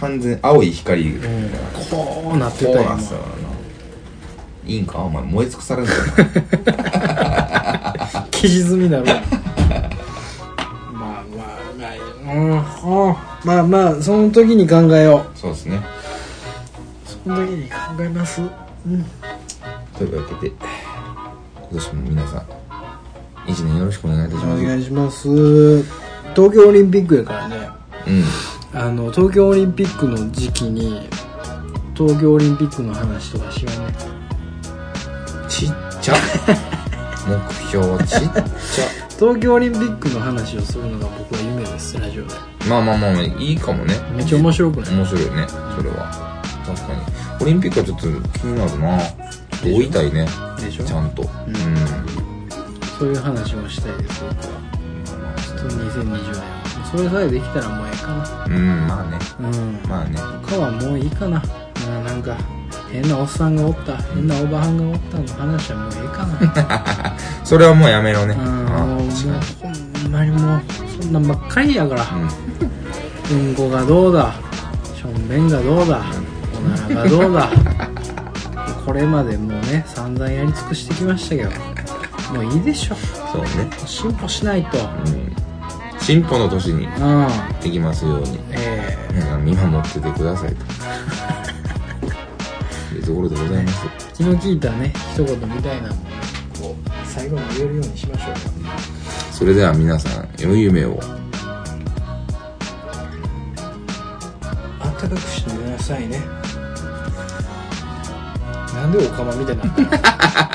[SPEAKER 1] 完全に青い光
[SPEAKER 2] うん、こうなって
[SPEAKER 1] こう
[SPEAKER 2] た
[SPEAKER 1] な
[SPEAKER 2] よ
[SPEAKER 1] んすよないいんかお前燃え尽くされるんだよ
[SPEAKER 2] 生地済みだろ [laughs] まあまあまあうんうんまあまあその時に考えよ
[SPEAKER 1] そうですね
[SPEAKER 2] うその時に考えますうん
[SPEAKER 1] というわけで今年も皆さん一年よろしくお願いいたしま
[SPEAKER 2] お
[SPEAKER 1] す
[SPEAKER 2] 願いします東京オリンピックやからね
[SPEAKER 1] うん
[SPEAKER 2] あの東京オリンピックの時期に東京オリンピックの話とかしようね
[SPEAKER 1] ちっち
[SPEAKER 2] [laughs]
[SPEAKER 1] ゃ目標ちっちゃ
[SPEAKER 2] 東京オリンピックの話をするのが僕は夢ですラジオで
[SPEAKER 1] まあまあまあまあいいかもね
[SPEAKER 2] めっちゃ面白くない
[SPEAKER 1] 面白いねそれは確かにオリンピックはちょっと気になるなちょっと追いたいね
[SPEAKER 2] でしょ
[SPEAKER 1] ちゃんとうん、
[SPEAKER 2] そういう話もしたいです僕はちょっと2020年はそれさえできたらもうええか
[SPEAKER 1] うん、まあね
[SPEAKER 2] なうん
[SPEAKER 1] まあね
[SPEAKER 2] 他はもういいかなななんか変なおっさんがおった変なおばはんがおったの話はもうええかな
[SPEAKER 1] それはもうやめろね
[SPEAKER 2] うんもうもう
[SPEAKER 1] 確かに
[SPEAKER 2] ほんまにもうそんなんばっかりやから
[SPEAKER 1] うん
[SPEAKER 2] うんこがどうだしょんべんがどうだおならがどうだこれまでもうね散々やり尽くしてきましたけどもういいでしょ
[SPEAKER 1] そうね
[SPEAKER 2] 進歩しないと
[SPEAKER 1] うん進歩の年に
[SPEAKER 2] うん
[SPEAKER 1] できますように
[SPEAKER 2] ええ
[SPEAKER 1] 皆さん見守っててくださいとというところでございます
[SPEAKER 2] 気の利いたね一言みたいなのもねこう最後に言えるようにしましょう
[SPEAKER 1] それでは皆さん良い夢を
[SPEAKER 2] あったかくして寝なさいねなんでおかまみたいになったの